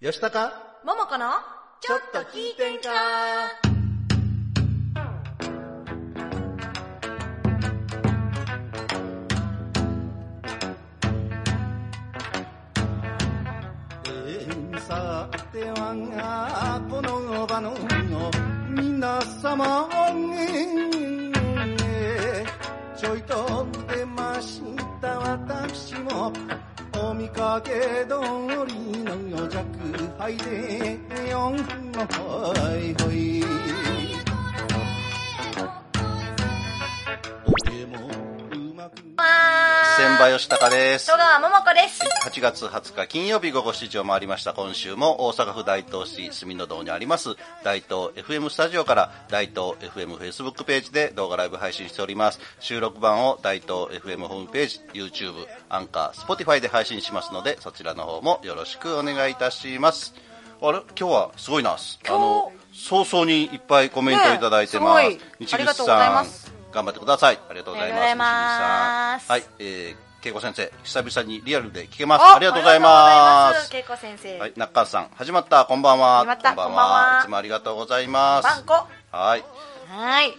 よしたかももこのちょっと聞いてんかえーさてはこの場の皆様えーちょいと出ました私もお見かけ通りの弱敗で四のほいほい俺もうまく千葉吉高です戸川ももこです8月20日金曜日午後7時を回りました今週も大阪府大東市住の堂にあります大東 FM スタジオから大東 FM フェイスブックページで動画ライブ配信しております収録版を大東 FM ホームページ YouTube アンカー Spotify で配信しますのでそちらの方もよろしくお願いいたしますあれ今日はすごいなあの早々にいっぱいコメントいただいてます,、ねえすごいありがとうございます頑張ってくださいありがとうございまありがとすうございます西口さんはいえー、恵子先生久々にリアルで聞けますあありがとうございまあすりがとうございます恵子先生、はい、中川さん、始まった、こんばんは。始まったこんばんこんばんはいつもありがとうございます。バンコはい、はい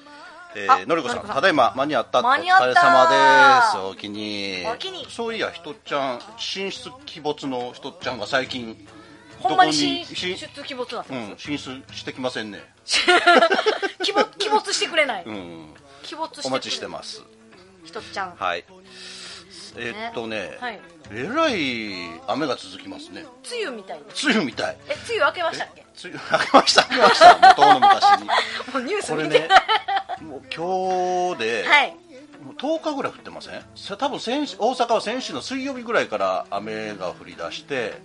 えあー、のりこさのん、りこさんただいま、間に合った。お間疲に合ったれ様です。おおきに。おおきにそういや、ひとっちゃん、進出鬼没のひとっちゃんが最近。ほんまにどこ進し出鬼没だ、うん、進出してきませんね。鬼没鬼没してくれない、うん、鬼没してくれお待ちしてます。すひとっちゃん、はい。えーっとね、はいえらい雨が続きますね。梅雨みたいです梅雨みたい。え梅雨明けましたっけ梅雨、明けました、明けました、もう遠の昔 に。もうニュースこれ見てね、もう今日で、はいもう10日ぐらい降ってませんさ多分先週大阪は先週の水曜日ぐらいから雨が降り出して、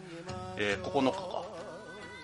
えー、9日か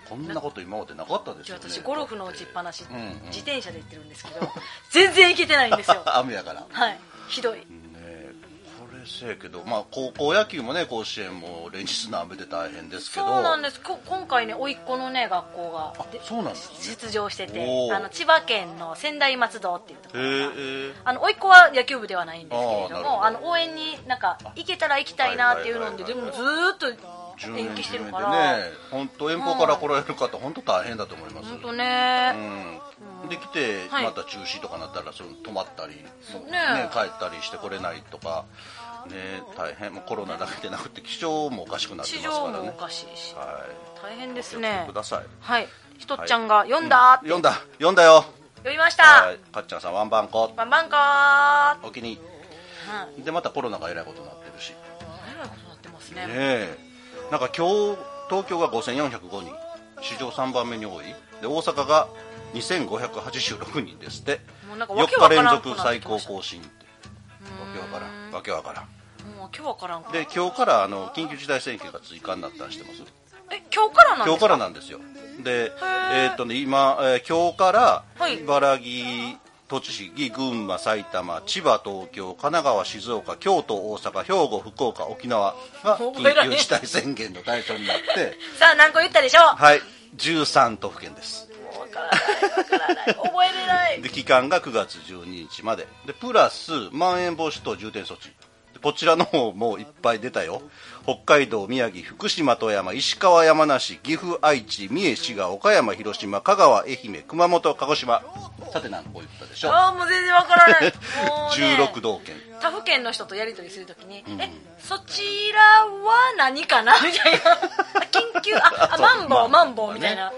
こんなこと今までなかったですちょよね私ゴルフの打ちっぱなし、んうん自転車で行ってるんですけど全然行けてないんです よ雨やから、ねはいひどいえ、これせやけど、まあ、高校野球もね甲子園も連日の雨で大変ですけそどうなんですこ今回ね甥っ子のね学校があでそうなんですね出場してておーあの千葉県の仙台松戸っていうとこへろえがへえあの甥っ子は野球部ではないんですけれあどーなるほどもあの応援になんか行けたら行きたいなっていうのではいではいもはいず10ーっと年延期してるから、 10年でね本当遠方から来られる方本当大変だと思います本当ね、できてはいまた中止とかなったらその止まったり、そうね帰ったりしてこれないとか、ね、大変もうコロナだけでなくて気象もおかしくなって市ますか場らもおねかしいしはい大変ですお気をつねけくださいはいひとっちゃんが読んだ、読んだ読んだよ読みました、はいかっちゃんさんワンバンコバンバンかお気にー、うん、入りでまたコロナがえらいことになってるしねえらいことになってますねえなんか今日東京が5405人史上3番目に多いで大阪が2586人ですってもうなんか4わけ日わから連ん続くなっ最てきま高した更新ってわけわからんわけわからんもう今日わからんくなっでて今日からあの緊急事態宣言が追加になったりしてますえ今日からなんで今日すかからなんですよでーえーっとね今、えー今日かはらい茨城栃木群馬埼玉千葉東京神奈川静岡京都大阪兵庫福岡沖縄が覚えられ緊ん急事態宣言の対象になってさあ何個言ったでしょう はい13都府県ですもうわからないわからない覚えれないで期間が9月12日まででプラスまん延防止等重点措置でこちらの方もいっぱい出たよ北海道宮城福島富山石川山梨岐阜愛知三重滋賀岡山広島香川愛媛熊本鹿児島さて何個言ったでしょ うああもう全然わから ないもう、ね、 16道県他府県の人とやり取りするときに、えそちらは何か なみたいな緊急ああマンボウマンボウみたいな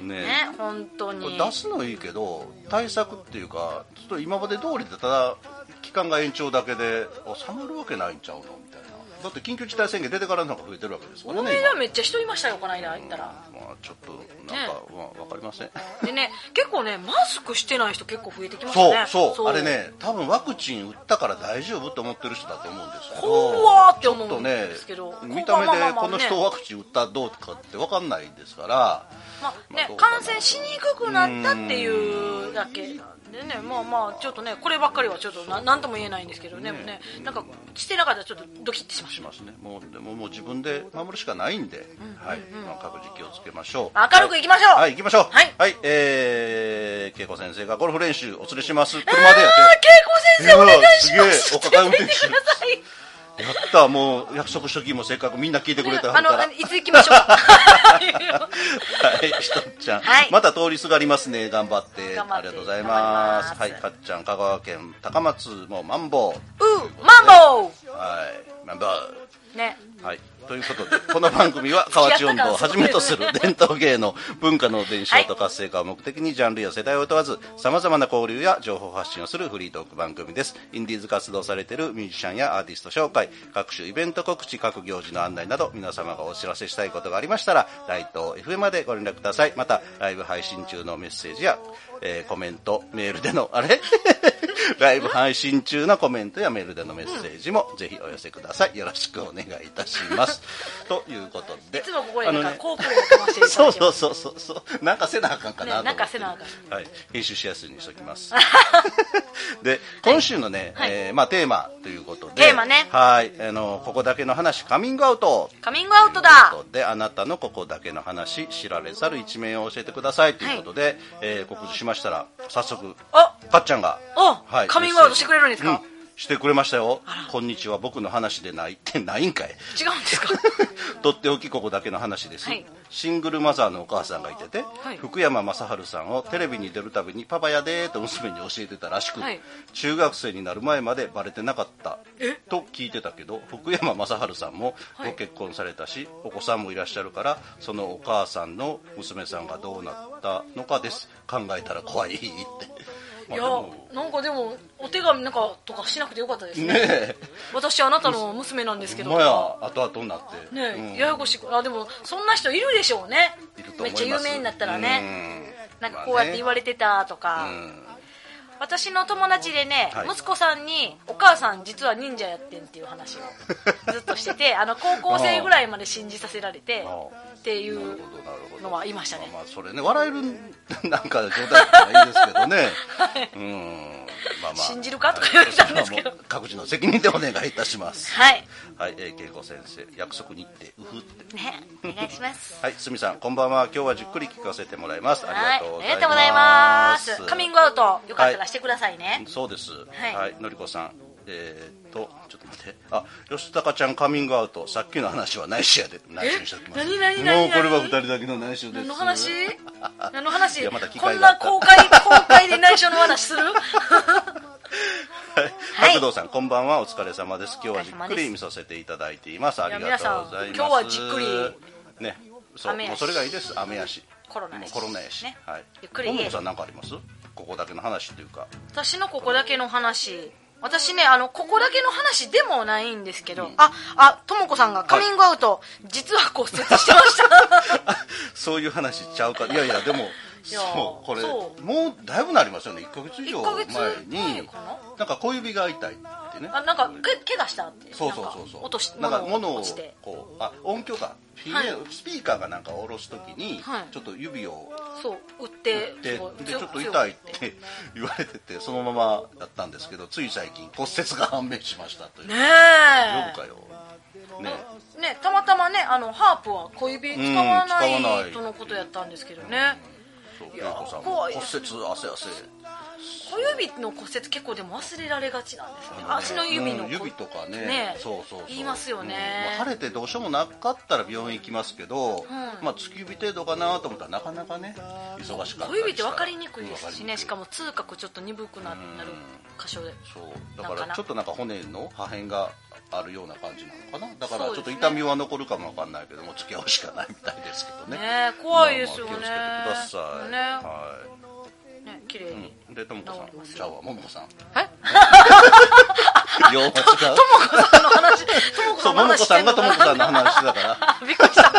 ねね本当こにれ出すのいいけど対策っていうかちょっと今まで通りでただ期間が延長だけであ収まるわけないんちゃうのみたいなだって緊急事態宣言出てからなんか増えてるわけですかこらのね今間めっちゃ人いましたよこの間行ったらまあちょっとなんか、まあ、わかりません。でね結構ねマスクしてない人結構増えてきましそうたねそうあれね多分ワクチン打ったから大丈夫と思ってる人だと思うんですけど怖って思ちょっうとんねですけど見た目まあまあでまあまあこの人ワクチン打ったらどうかってわかんないですからまあまあねどう、かな感染しにくくなったっていうだけなんでね、まあまあ、ちょっとね、こればっかりはちょっとななんとも言えないんですけどね、もうねなんか、してなかったらちょっとドキッてしまし。したますねもうでももう自分で守るしかないんで、はい、まあ、各自気をつけましょう明るく行きましょうはい行きましょうはいえー、恵子先生がゴルフ練習お連れします車あーで恵子先や生、お願いしまいやーすす。げえ お抱え運転手出てください。ってやったもう約束しときもせっかくみんな聞いてくれたあからの、いつ行きましょう。はい、ひとっちゃん、はいまた通りすがりますね、頑張って。頑張ってありがとうございます。頑張はりい、ますかっちゃん、香川県高松もマンボウ。う ーマンボはい、マンボウ。ウねはい、ということで、この番組は河内音頭をはじめとする 伝統芸能、文化の伝承と活性化を目的にジャンルや世代を問わず、様々な交流や情報発信をするフリートーク番組です。インディーズ活動されているミュージシャンやアーティスト紹介、各種イベント告知、各行事の案内など、皆様がお知らせしたいことがありましたら、大東 FM までご連絡ください。また、ライブ配信中のメッセージや、えーコメント、メールでの、あれ ライブ配信中のコメントやメールでのメッセージもぜひお寄せください。よろしくお願いいたします。ということで。いつもここであなんのかねコープをかましていただいてます そうそうそうそうそう。なんかせなあかんかなと思ねって、なんかせなあかはい。編集しやすいようにしときます。 で、今週のね、はいえーまあテーマということで。テーマねはい。あの、ここだけの話、カミングアウト。カミングアウトだということであなたのここだけの話知られざる一面を教えてくださいということで、えー告知しましたら早速あかっちゃんがおカミングアウトしてくれるんですかうしてくれましたよこんにちは僕の話でないってないんかい違うんですか とっておきここだけの話です、はいシングルマザーのお母さんがいてて、はい福山雅治さんをテレビに出るたびにパパやでーと娘に教えてたらしく、はい中学生になる前までバレてなかったと聞いてたけど福山雅治さんもはいご結婚されたし、お子さんもいらっしゃるからそのお母さんの娘さんがどうなったのかです考えたら怖いっていまあやでもなんかでもお手紙なんかとかしなくてよかったですねねえ私あなたの娘なんですけどまや後々になってねうんややこしいあでもそんな人いるでしょうねいるとめ思っいちゃま有す名になったらね、うなんかこうやって言われてたとか、まあね私の友達でね、はい息子さんにお母さん実は忍者やってんっていう話 をずっとしててあの高校生ぐらいまで信じさせられてああっていうんなうるほどなるほどのはいましたねまあまあそれね笑えるなんか状態だったらいいですけどね、うんまあまあ信じるかとか言われたんですけどはいそれはもう各自の責任でお願いいたしますはいはい、えー、恵子先生約束に行ってうふってねお願いし ますはい、すみさん、こんばんは。今日はじっくり聞かせてもらいます。ありがとうござはいあいます。りがとうございますカミングアウトよかったはらいしてくださいね、そうです。はいはい、のりこさん。えーっと、ちょっと待って。あ、吉高ちゃんカミングアウト。さっきの話は内緒やで。内緒にしておきます。え何々何々もうこれは二人だけの内緒です。何の話何の話いやまた機こ会んがあなった公開公開で内緒の話する はい白道さん、こんばんは。お疲れ様です。今日はじっくお疲れ様ですり見させていただいています。ありがとうございます。いや皆さん今日はじっくり。ね。そう、雨やしもうそれがいいです。雨やし。コロナやしもうコロナやし。ねはい。ゆっくり本郷さん、なんかありますここだけの話というか。私のここだけの話私ねあのここだけの話でもないんですけど、ああともこさんがカミングアウト、実は骨折してま したそういう話ちゃうかいやいやでもいやそうこれそうもうだいぶなりますよね1ヶ月以上1ヶ月前前にかななんか小指が痛いってねあなんかけ怪我したってそうそうそうそなんかう落としなんか物物を落ちてこうあ音響か、フィールスピーカーがなんか下ろす時に、はいちょっと指をそう打ってですごいでち強ょっと強痛いっく打て言われててそのままだったんですけどつい最近骨折が判明しましたという、ね大丈夫かよねえねたまたまねあのハープは小指使わなうん使わないいとのことやったんですけどねそういや恵子さんも怖骨い折汗汗小指の骨折結構でも忘れられがちなんですよね足の指のうん骨指とかねねそうそうそう言いますよねうんまあ晴れてどうしようもなかったら病院行きますけど、まあ突き指程度かなと思ったらなかなかね忙しかっ小たりしたら指って分かりにくいですしうんわかりにくねいしかも痛覚ちょっと鈍くななる箇所でそうなだんかかならちょっとなんか骨の破片があるような感じなのかなだからちそうょですっとね痛みは残るかもわかんないけども付き合うしかないみたいですけどねねえ怖いですよねまあまあ気をつけてください、ねはね綺麗に、い、でともこさ治りますんよじゃあももこさんえ 用 も違うその話ともこそさうんのももこ話しさてんんのがかとなもこさんの話だから あ びっくりした。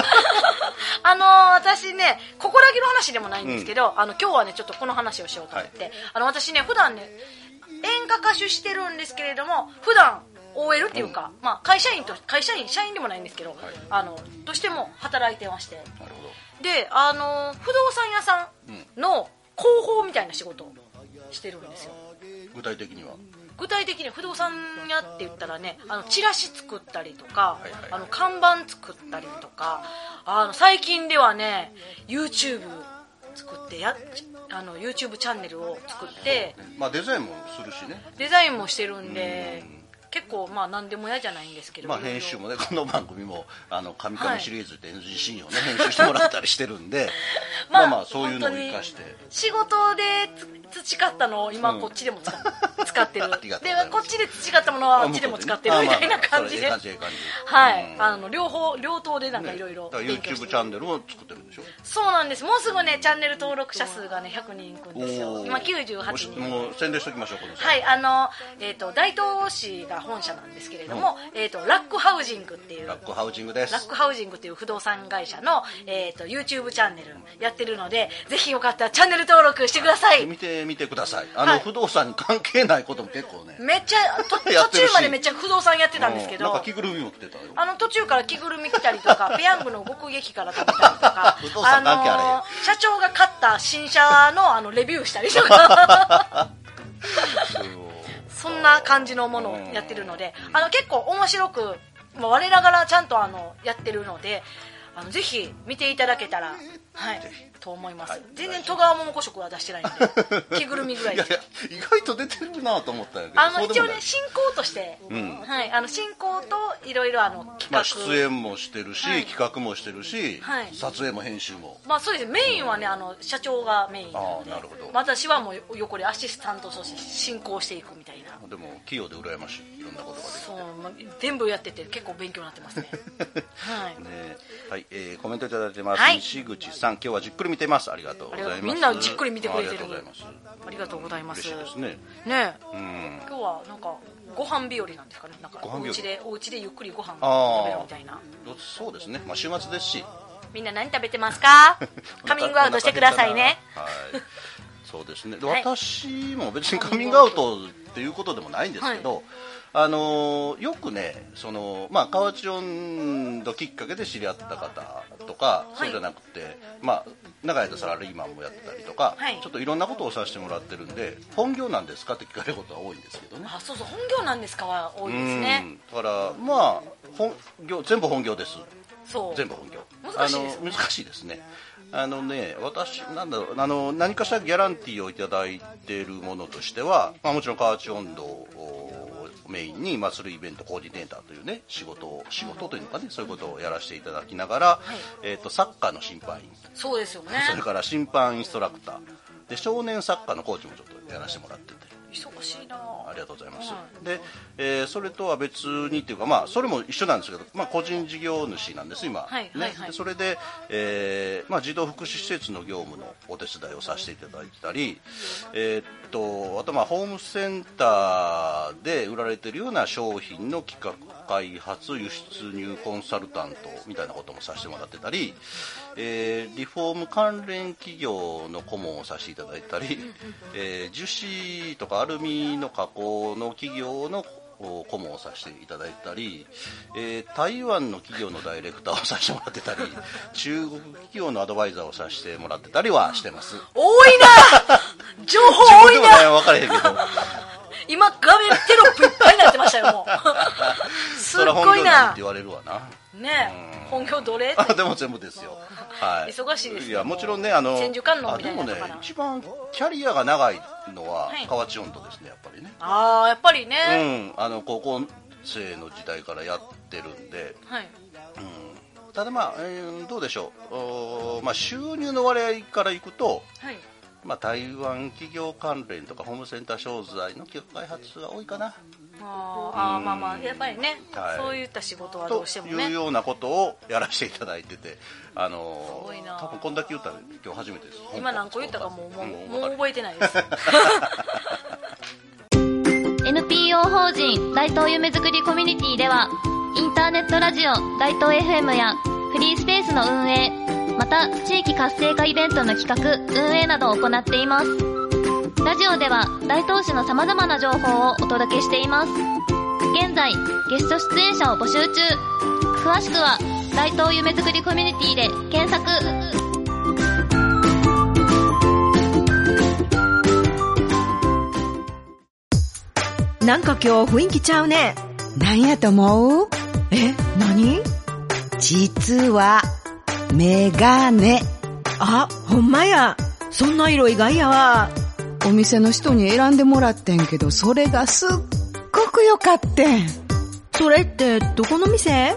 あのー私ね、ここだけの話でもないんですけど、あの、今日はね、ちょっとこの話をしようと思って、あの、私ね、普段ね、演歌歌手してるんですけれども、普段 OL っていうか、まあ、会社員と、会社員、社員でもないんですけど、あの、としても働いてまして、なるほどで、あのー不動産屋さんの広報みたいな仕事をしてるんですよ。具体的には具体的に不動産屋って言ったらねあのチラシ作ったりとか、はいはいはいあの看板作ったりとかあの最近ではね YouTube 作ってやあの YouTube チャンネルを作ってまあデザインもするしねデザインもしてるんで結構まあ何でも嫌じゃないんですけど、まあ、いろいろ編集もね この番組も「あの神々シリーズ」って NG シーンをね、編集してもらったりしてる んでまあまあそういうのを生かして本当に仕事でつ培ったのを今こっちでも使,、使ってる ありがとうごでざいますこっちで培ったものはあっちでも使ってるみたいな感じであまあまあそれええ感じええ感はじい、あの両方両党でなんかいろいろだから勉強 YouTube チしてャンネルも作ってるんでしょそうなんですもうすぐねチャンネル登録者数がね100人いくんですよおー今98もし人もう宣伝しときましょうこの際はいあの、えー、と大東市が本社なんですけれども、えー、とラックハウジングっていうラックハウジングでラッすクハウジングという不動産会社の、えー、と YouTube チャンネルやってるのでぜひよかったらチャンネル登録してください見てみてくださいあの、はい不動産に関係ないことも結構ねめっちゃとやっ途てるし中までめっちゃ不動産やってたんですけうどなんか着ぐるみも着てたよあの途中から着ぐるみ着たりと かペヤングの極撃から食べたりとか不動産関係あれへんの社長が買った新車のあのレビューしたりとかそんな感じのものをやってるのであの結構面白く、まあ、我ながらちゃんとあのやってるのであのぜひ見ていただけたらはいと思います、はい全然戸川桃子色は出してないん で着ぐるみぐらいいでやすいや意外と出てるなと思ったんやけどあのそう一で応もねない進行として、はい、あの進行といろいろあの企画、まあ、出演もしてるし、はい企画もしてるし、はい撮影も編集もまあそうですねメインはねあの社長がメインなのであーなるほど私はもう横でアシスタントとして進行していくみたいなでも器用で羨ましいいろんなことができそう、まあ全部やってて結構勉強になって ますねはいてねはい、えー、コメントいただいてます、はい西口さん今日はじっくり見てますありがとうございあますりがとうみんなじっくり見てくれてるありがとうございますありがとうございます嬉しいですねねえうん今日はなんかご飯日和なんですかねなんかご飯お日和家でお家でゆっくりご飯あー食べるみたいなそうですね、まあ、週末ですしみんな何食べてますか カミングアウトしてくださいねはいそうですねではい私も別にカミングアウトっていうことでもないんですけど、あのーよくねその、まあ、河内温度きっかけで知り合った方とか、いそうじゃなくて、まあ、長い間サラリーマンもやってたりとか、はいちょっといろんなことをさせてもらってるんで本業なんですかって聞かれることは多いんですけどね。あそうそう本業なんですかは多いですねうんだからまあ本業全部本業ですそう全部本業難しいですねあの難しいですねあのね私なんだろうあの何かしらギャランティーをいただいているものとしては、まあ、もちろん河内温度をメインに祭りイベントコーディネーターというね仕事を仕事というのかねそういうことをやらせていただきながら、えっとサッカーの審判員そうですよ ねそれから審判インストラクターで少年サッカーのコーチもちょっとやらせてもらってて忙しいなありがとうございます、はで、えーそれとは別にっていうか、まあ、それも一緒なんですけど、まあ、個人事業主なんです今、はいはいはいね、でそれで、えーまあ、児童福祉施設の業務のお手伝いをさせていただいたり、えーっとあとまあホームセンターで売られてるような商品の企画開発輸出入コンサルタントみたいなこともさせてもらってたり、えーリフォーム関連企業の顧問をさせていただいたり、えー樹脂とかアルミの加工の企業のお顧問をさせていただいたり、えー台湾の企業のダイレクターをさせてもらってたり中国企業のアドバイザーをさせてもらってたりはしてます多いな 情報多自分いでもねな分からへんけど今画面テロップいっぱいになってましたよもうす そっらご本い業なんてな言われるわなねえ本業ど れあでも全部ですよ、はい、忙しいですねいやもちろんねあの千手観音あみたでいなものねかな一番キャリアが長いのははい河内温度ですねやっぱりねああやっぱりね、うんあの高校生の時代からやってるんではいただまあ、えーどうでしょうおーまあ、収入の割合からいくと、はいまあ、台湾企業関連とかホームセンター商材の企画開発が多いかなあーあーまあまあやっぱりね、はいそういった仕事はどとうしてもいうねようなことをやらせていただいてて、あのーすごいな多分こんだけ言ったら今日初めてです今何個言ったかもうもう,、もうえ覚えてないです NPO 法人大東夢づくりコミュニティではインターネットラジオ大東 FM やフリースペースの運営また地域活性化イベントの企画運営などを行っていますラジオでは大東市の様々な情報をお届けしています現在ゲスト出演者を募集中詳しくは大東夢づくりコミュニティで検索なんか今日雰囲気ちゃうね。なんやと思うえ、何実は、メガネ。あ、ほんまや。そんな色意外やわ。お店の人に選んでもらってんけど、それがすっごくよかってん。それってどこの店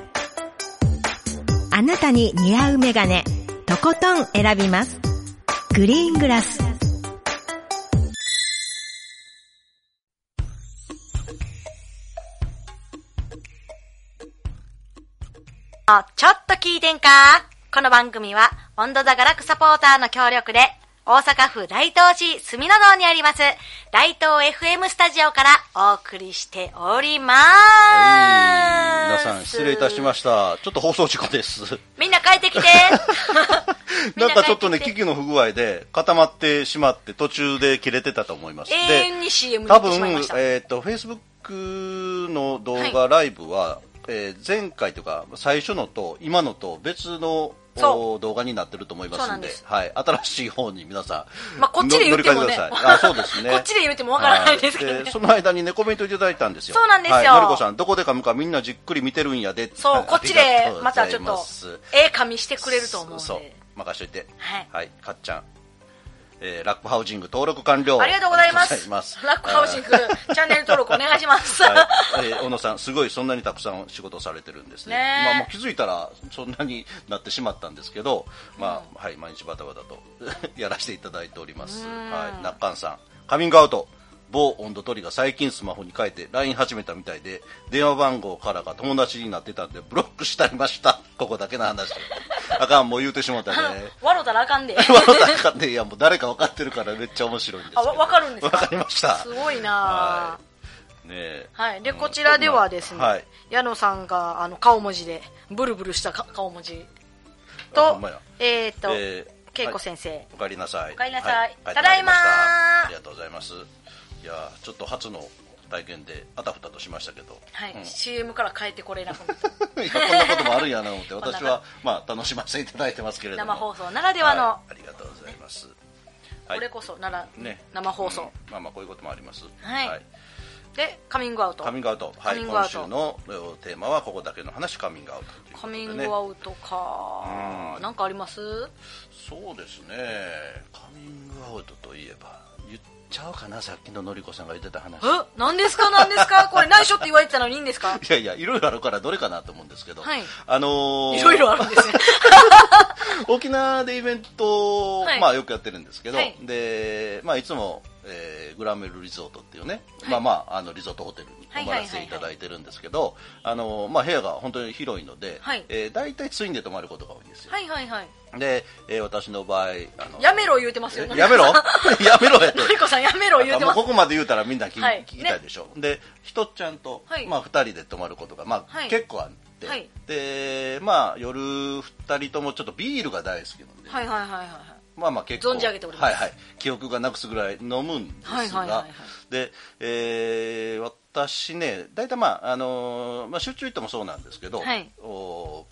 あなたに似合うメガネ、とことん選びます。グリーングラス。あ、ちょっと聞いてんかこの番組は、温度座ガラクサポーターの協力で、大阪府大東市住の堂にあります、大東 FM スタジオからお送りしておりまーす。はい皆さん失礼いたしました。ちょっと放送事故 です。みんな帰って きてなんかちょっとね、み機んな帰てきて器の不具合で固まってしまって途中で切れてたと思います。永で、遠に CM に行多ってしまい分まし、た。えっ、と、Facebook の動画ライブは、えー前回というか、最初のと今のと別のそお動画になってると思いまそうすなんんでで、すはい、新しい方に皆さん、まあこっちで言ってもね乗り換えてくださいあ、そうです ね。こっちで言ってもわからないですけどねはその間にね、コメントいただいたんですよ。そうなんですよはいのりこさん、どこで噛むかみんなじっくり見てるんやで。そはうい、こっちありでがうごまざたいちょっとます、ええ紙してくれると思うんで。そう任しといてはいかっちゃん、えーラックハウジング登録完了ありがとうございまありがとす。うございますラックハウシング、チャンネル登録お願いします。はい、えー小野さん、すごいそんなにたくさん仕事されてるんですね。ねえまあ、もう気づいたらそんなになってしまったんですけど、まあ、はい、毎日バタバタと やらせていただいております。はい、なっかんさん、カミングアウト。某温度取りが最近スマホに変えて LINE 始めたみたいで電話番号からが友達になってたんでブロックしてありました ここだけの話あかんもう言うてしまったね 笑うたらあかんで。わかんねえいやもう誰か分かってるからめっちゃ面白いんですけあ、どわわかるんですかわかりましたすごいなぁ。ねえはい。で、うんこちらではですね、はい矢野さんが、あの、顔文字で、ブルブルしたか顔文字あほとんまや、えっと、えー恵子先生。おかえりなさい。おかえりなさいはただいまーありがとうございます。いやーちょっと初の体験であたふたとしましたけど。 はい。うん CM から変えてこれなくなった。いやこんなこともあるんやなと思って、こんな私はまあ楽しませていただいてますけ れども。生放送ならではのはいありがとうございます。はいこれこそ、なら、ね生放送。うんまあまあこういうこともあります。はいで、カミングアウト。カミングアウト。はカい。ミングアウ今ト週のえーテーマはここだけの話カミングアウトということカでミね。ングアウトか、うんなんかありますそうですねカミングアウトといえば言っちゃおうかなさっきののりこさんが言ってた話え何ですか何ですかこれ内緒って言われてたのにいいんですかいやいやいろいろあるからどれかなと思うんですけど、はいあのーいろいろあるん ですね。沖縄でイベントを、はいまあ、よくやってるんですけど、はいでまあ、いつも、えーグランメルリゾートっていうね、まあまあ、あのリゾートホテルに泊まらせていただいてるんですけど、あのーまあ、部屋が本当に広いので、はいえー大体ツインで泊まることが多いんですよ、はいはいはい。で、えー私の場合あのやめろ言うてますよ。えやめろ やめろやってのりこさんやめろ言うてもうますこ。こまで言うたらみんな聞,、はい聞きたいでしょ、でひとっちゃんと、はいまあ、2人で泊まることが、まあはい結構あって、はいでまあ、夜2人ともちょっとビールが大好きなんで、はいはいはいはいはまあまあ結構存じ上げておりますはいはい、記憶がなくすぐらい飲むんですが、はいはいはいはいで、えー私ね大体まあ、あのーまあ、集中行ってもそうなんですけど、はいお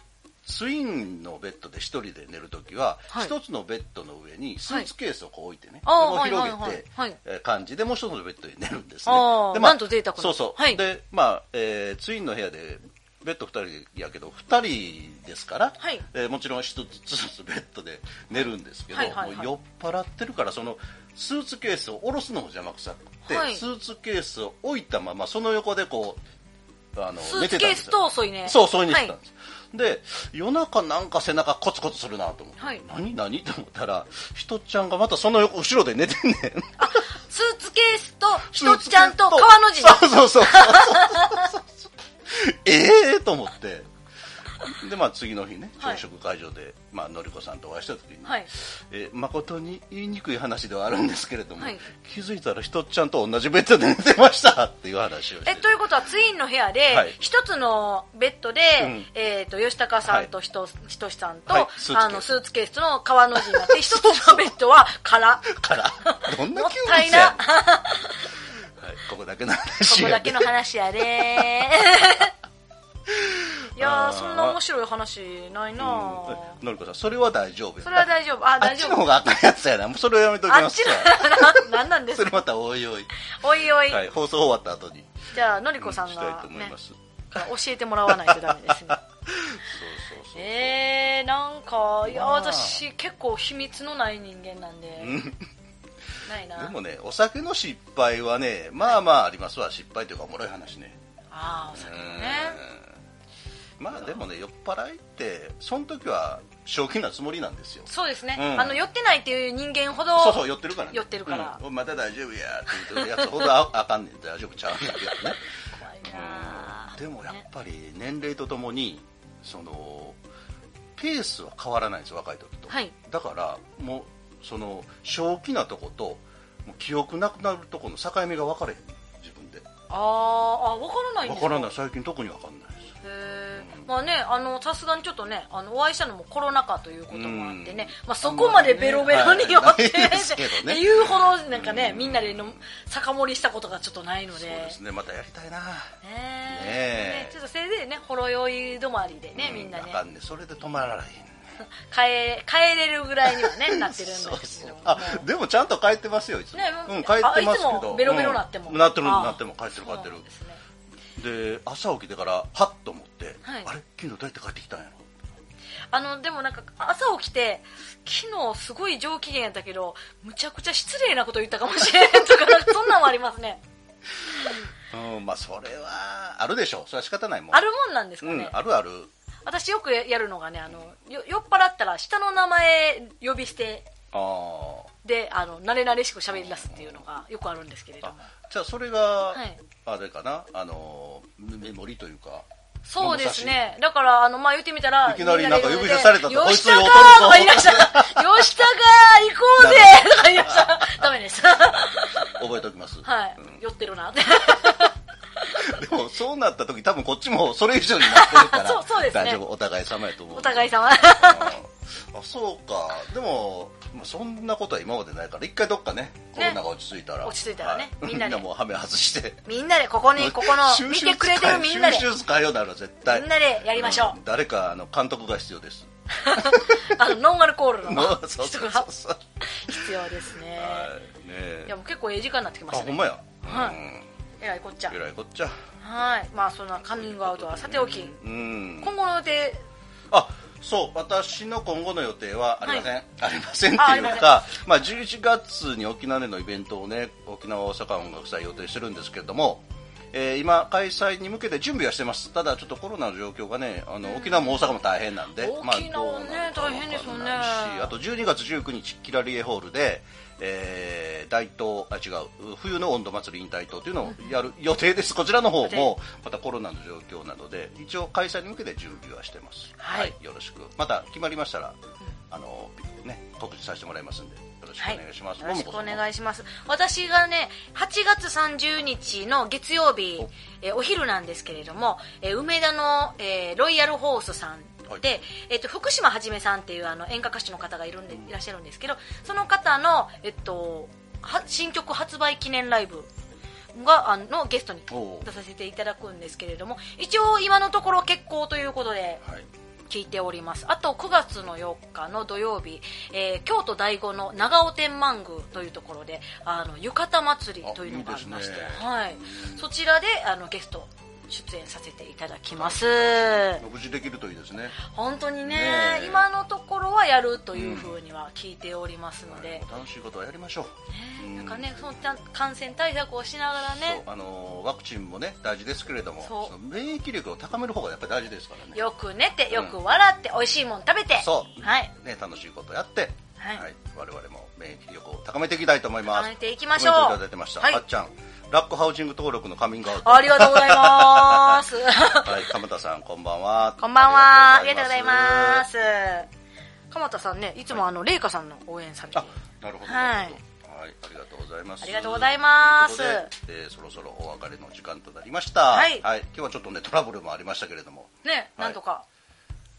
ツインのベッドで一人で寝るときははい一、つのベッドの上にスーツケースをこう置いてね、あーこれを広はいはいげてはいはいえー感じでもう一つのベッドに寝るんですねあーでまあなんと贅沢なそうそう、はいでまあ、えーツインの部屋でベッド2人やけど2人ですから、はいえーもちろん1つずつベッドで寝るんですけどけど、はいはいはいもう酔っ払ってるからそのスーツケースを下ろすのも邪魔くさくて、はいスーツケースを置いたままその横でこうあのい。スー寝ツてケたんでーすスよと添いね。そうそうにしてたはんです、で夜中なんか背中コツコツするなと思って、はい何何と思ったらひとっちゃんがまたその横後ろで寝てんねんスーツケースとひとっちゃんと川の字に。そうそう そうそうそうそうええと思ってでまあ次の日ねはい朝食会場で、まあのりこさんとお会いした時に、はいえー誠に言いにくい話ではあるんですけれども、はい気づいたらひとっちゃんと同じベッドで寝てましたっていう話をしてえ、ということはツインの部屋ではい、一つのベッドでうん、えっと、吉高さんとひとひとしさんとはいスーツケ、ースあの、スーツケースの川の字にな って、一つのベッドは空。からどんなもっ気持たいちやなねん、。はい、ここだけのこ話こやだでけの話や でいやあーーそんな面白い話ないなうんあえのりこさんそれは大丈夫やそれは大丈夫ああ大っ丈ちの夫方があかんやつやなもうそれをやめときあまっすちわのなんなんですそれかまたおいおい、おいおい、はい、放送終わった後にじゃあのりこさんしたいがと、思ねいます、教えてもらわないとダメです ねそうそうそう、えー、なんかいやまあ私結構秘密のない人間なんで、ないなでもねお酒の失敗はねまあまあありますわ失敗というかおもろい話ねああお酒うもんねまあでもね酔っ払いってその時は正気なつもりなんですよそうですね、うんあの寄ってないっていう人間ほどそうそう寄ってるからね寄ってるからうんおまた大丈夫やって言ってるやつほどあ あかんねん大丈夫ちゃうんだけど ね怖いなあでもやっぱり年齢とともにそのペースは変わらないんですよ若い時と、はいだからもうその正気なとこともう記憶なくなるとこの境目が分かれへん自分であーあ分からないんで分すからないい最近特に分かんないですへーまあねあのさすがにちょっとねあのお会いしたのもコロナ禍ということもあってね、まあ、そこまでベロベロに寄あんまっりて、ねはいないですけどねっていうほどなんかね、みんなでの酒盛りしたことがちょっとないのでそうですねまたやりたいなねねええねちょっとせいぜいねほろ酔い止まりでね、うみんなねあかんねそれで止まらない帰帰れるぐらいにはねなってるんですけそどうそうあでもちゃんと帰ってますよいつも、ねもううん帰ってますけあいつどもベロベロなってもうんなってるああなっても帰ってる帰ってそうなんですねるで朝起きてからはっと思って、はいあれ昨日どうやって帰ってきたんやろあのでもなんか朝起きて昨日すごい上機嫌やったけどむちゃくちゃ失礼なこと言ったかもしれんとかなんかそんなんもありますねうん、まあそれはあるでしょうそれは仕方ないもんあるもんなんですかうね、んあるある私よくやるのがねあのよ酔っ払ったら下の名前呼び捨てあであの慣れ慣れしく喋り出すっていうのがよくあるんですけれーどもあじゃあそれが、いあれかなあのーメモリとい うかそうですね。だから、あの、まあ、言ってみたら、いきなりなんかみで呼び出されたと吉田こいつをか踊るぞとか言いました。吉田か行こうぜと か言いました。ダメです。 覚えておきます、はいうん。酔ってるな って。でもそうなった時多分こっちもそれ以上になってるから そうそうですね大丈夫お互い様やと思うお互い様。うんあそうかでも、まあ、そんなことは今までないから一回どっかねコロナが落ち着いたら、落ち着いたらねみんなでもうハメ外してみんなで、ここに、こ この、見てくれてるみんなで、収集使いようなら絶対みんなでやりまし ょうん誰かあの監督が必要ですあの、ノンアルコールのもう そう人そうがそうそう必要ですね。はいねえいや、もう結構ええ時間になってきまあしたほんね。まや、はいうんえらいこっちゃえ。らいこっちゃはい。まあ、そんなカミングアウトはさておき、うん今後の予定、あそう私の今後の予定はありません、はありませんってああいりうませんかまあ、11月に沖縄でのイベントをね沖縄大阪音楽祭予定してるんですけれども、えー今開催に向けて準備はしてますただちょっとコロナの状況がねあの沖縄も大阪も大変なんで、まあ沖縄ねどうなるかわかんないし大変ですよねあと12月19日キラリエホールで、えー大東あ違う冬の温度祭り引退東というのをやる予定ですこちらの方もまたコロナの状況などで一応開催に向けて準備はしてますはいよろしくまた決まりましたら、あのね告知させてもらいますんでよろしくお願いします、よろしくおい願いします。私がね、8月30日の月曜日、えーお昼なんですけれども、えー梅田の、えーロイヤルホースさんで、はいえっと、福島はじめさんっていうあの演歌歌手の方がいるんで、いらっしゃるんですけど、その方の、えっと、は新曲発売記念ライブが、あの、ゲストにおう出させていただくんですけれども、一応今のところ結構ということで、はい聞いておりますあと9月の4日の土曜日、えー京都醍醐の長尾天満宮というところであの浴衣祭りというのがありましてあいいですねはい、そちらであのゲスト出演させていただきます無事できるといいですね本当にねねえ今のところはやるというふうには聞いておりますのはいで、楽しいことはやりましょううんなんかねそのちゃん感染対策をしながらねそうあのワクチンもね大事ですけれどもそうその免疫力を高める方がやっぱり大事ですからねよく寝てよく笑って、美味しいもん食べてそうはいね、楽しいことやって、ははいい我々も免疫力を高めていきたいと思います高めていきましょうコメントいただいてました、はいあっちゃんラックハウジング登録のカミングアウトありがとうございます はい鎌田さんこんばんはこんばんは。ありがとうございありがとうございまますす。鎌田さんね、いつもあの、麗華さんの応援されてある。なるほど、はいなるほどはい、ありがとうございますありがとうございますということで、えーそろそろお別れの時間となりましたはい今日はちょっとねトラブルもありましたけれどもね、はいなんとか、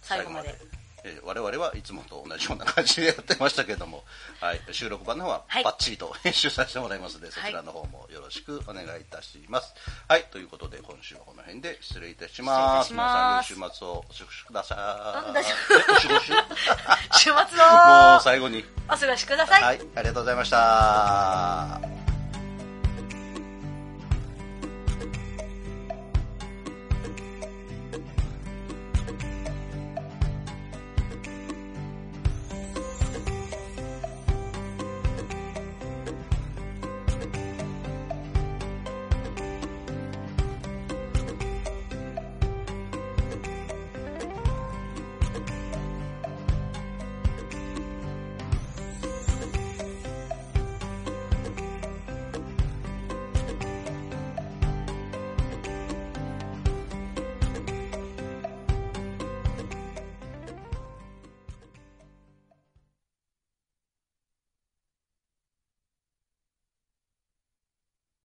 最後まで。えー我々はいつもと同じような感じでやってましたけども、はい、収録版の方ははいバッチリと編集させてもらいますので、そちらの方もよろしくお願いいたします。はい、ということで今週はこの辺で失礼いたします。失礼いたします皆さん良い週末をお過ごしくださあい。大丈えお過ご し週末をもう最後に。お過ごしください。はい、ありがとうございました。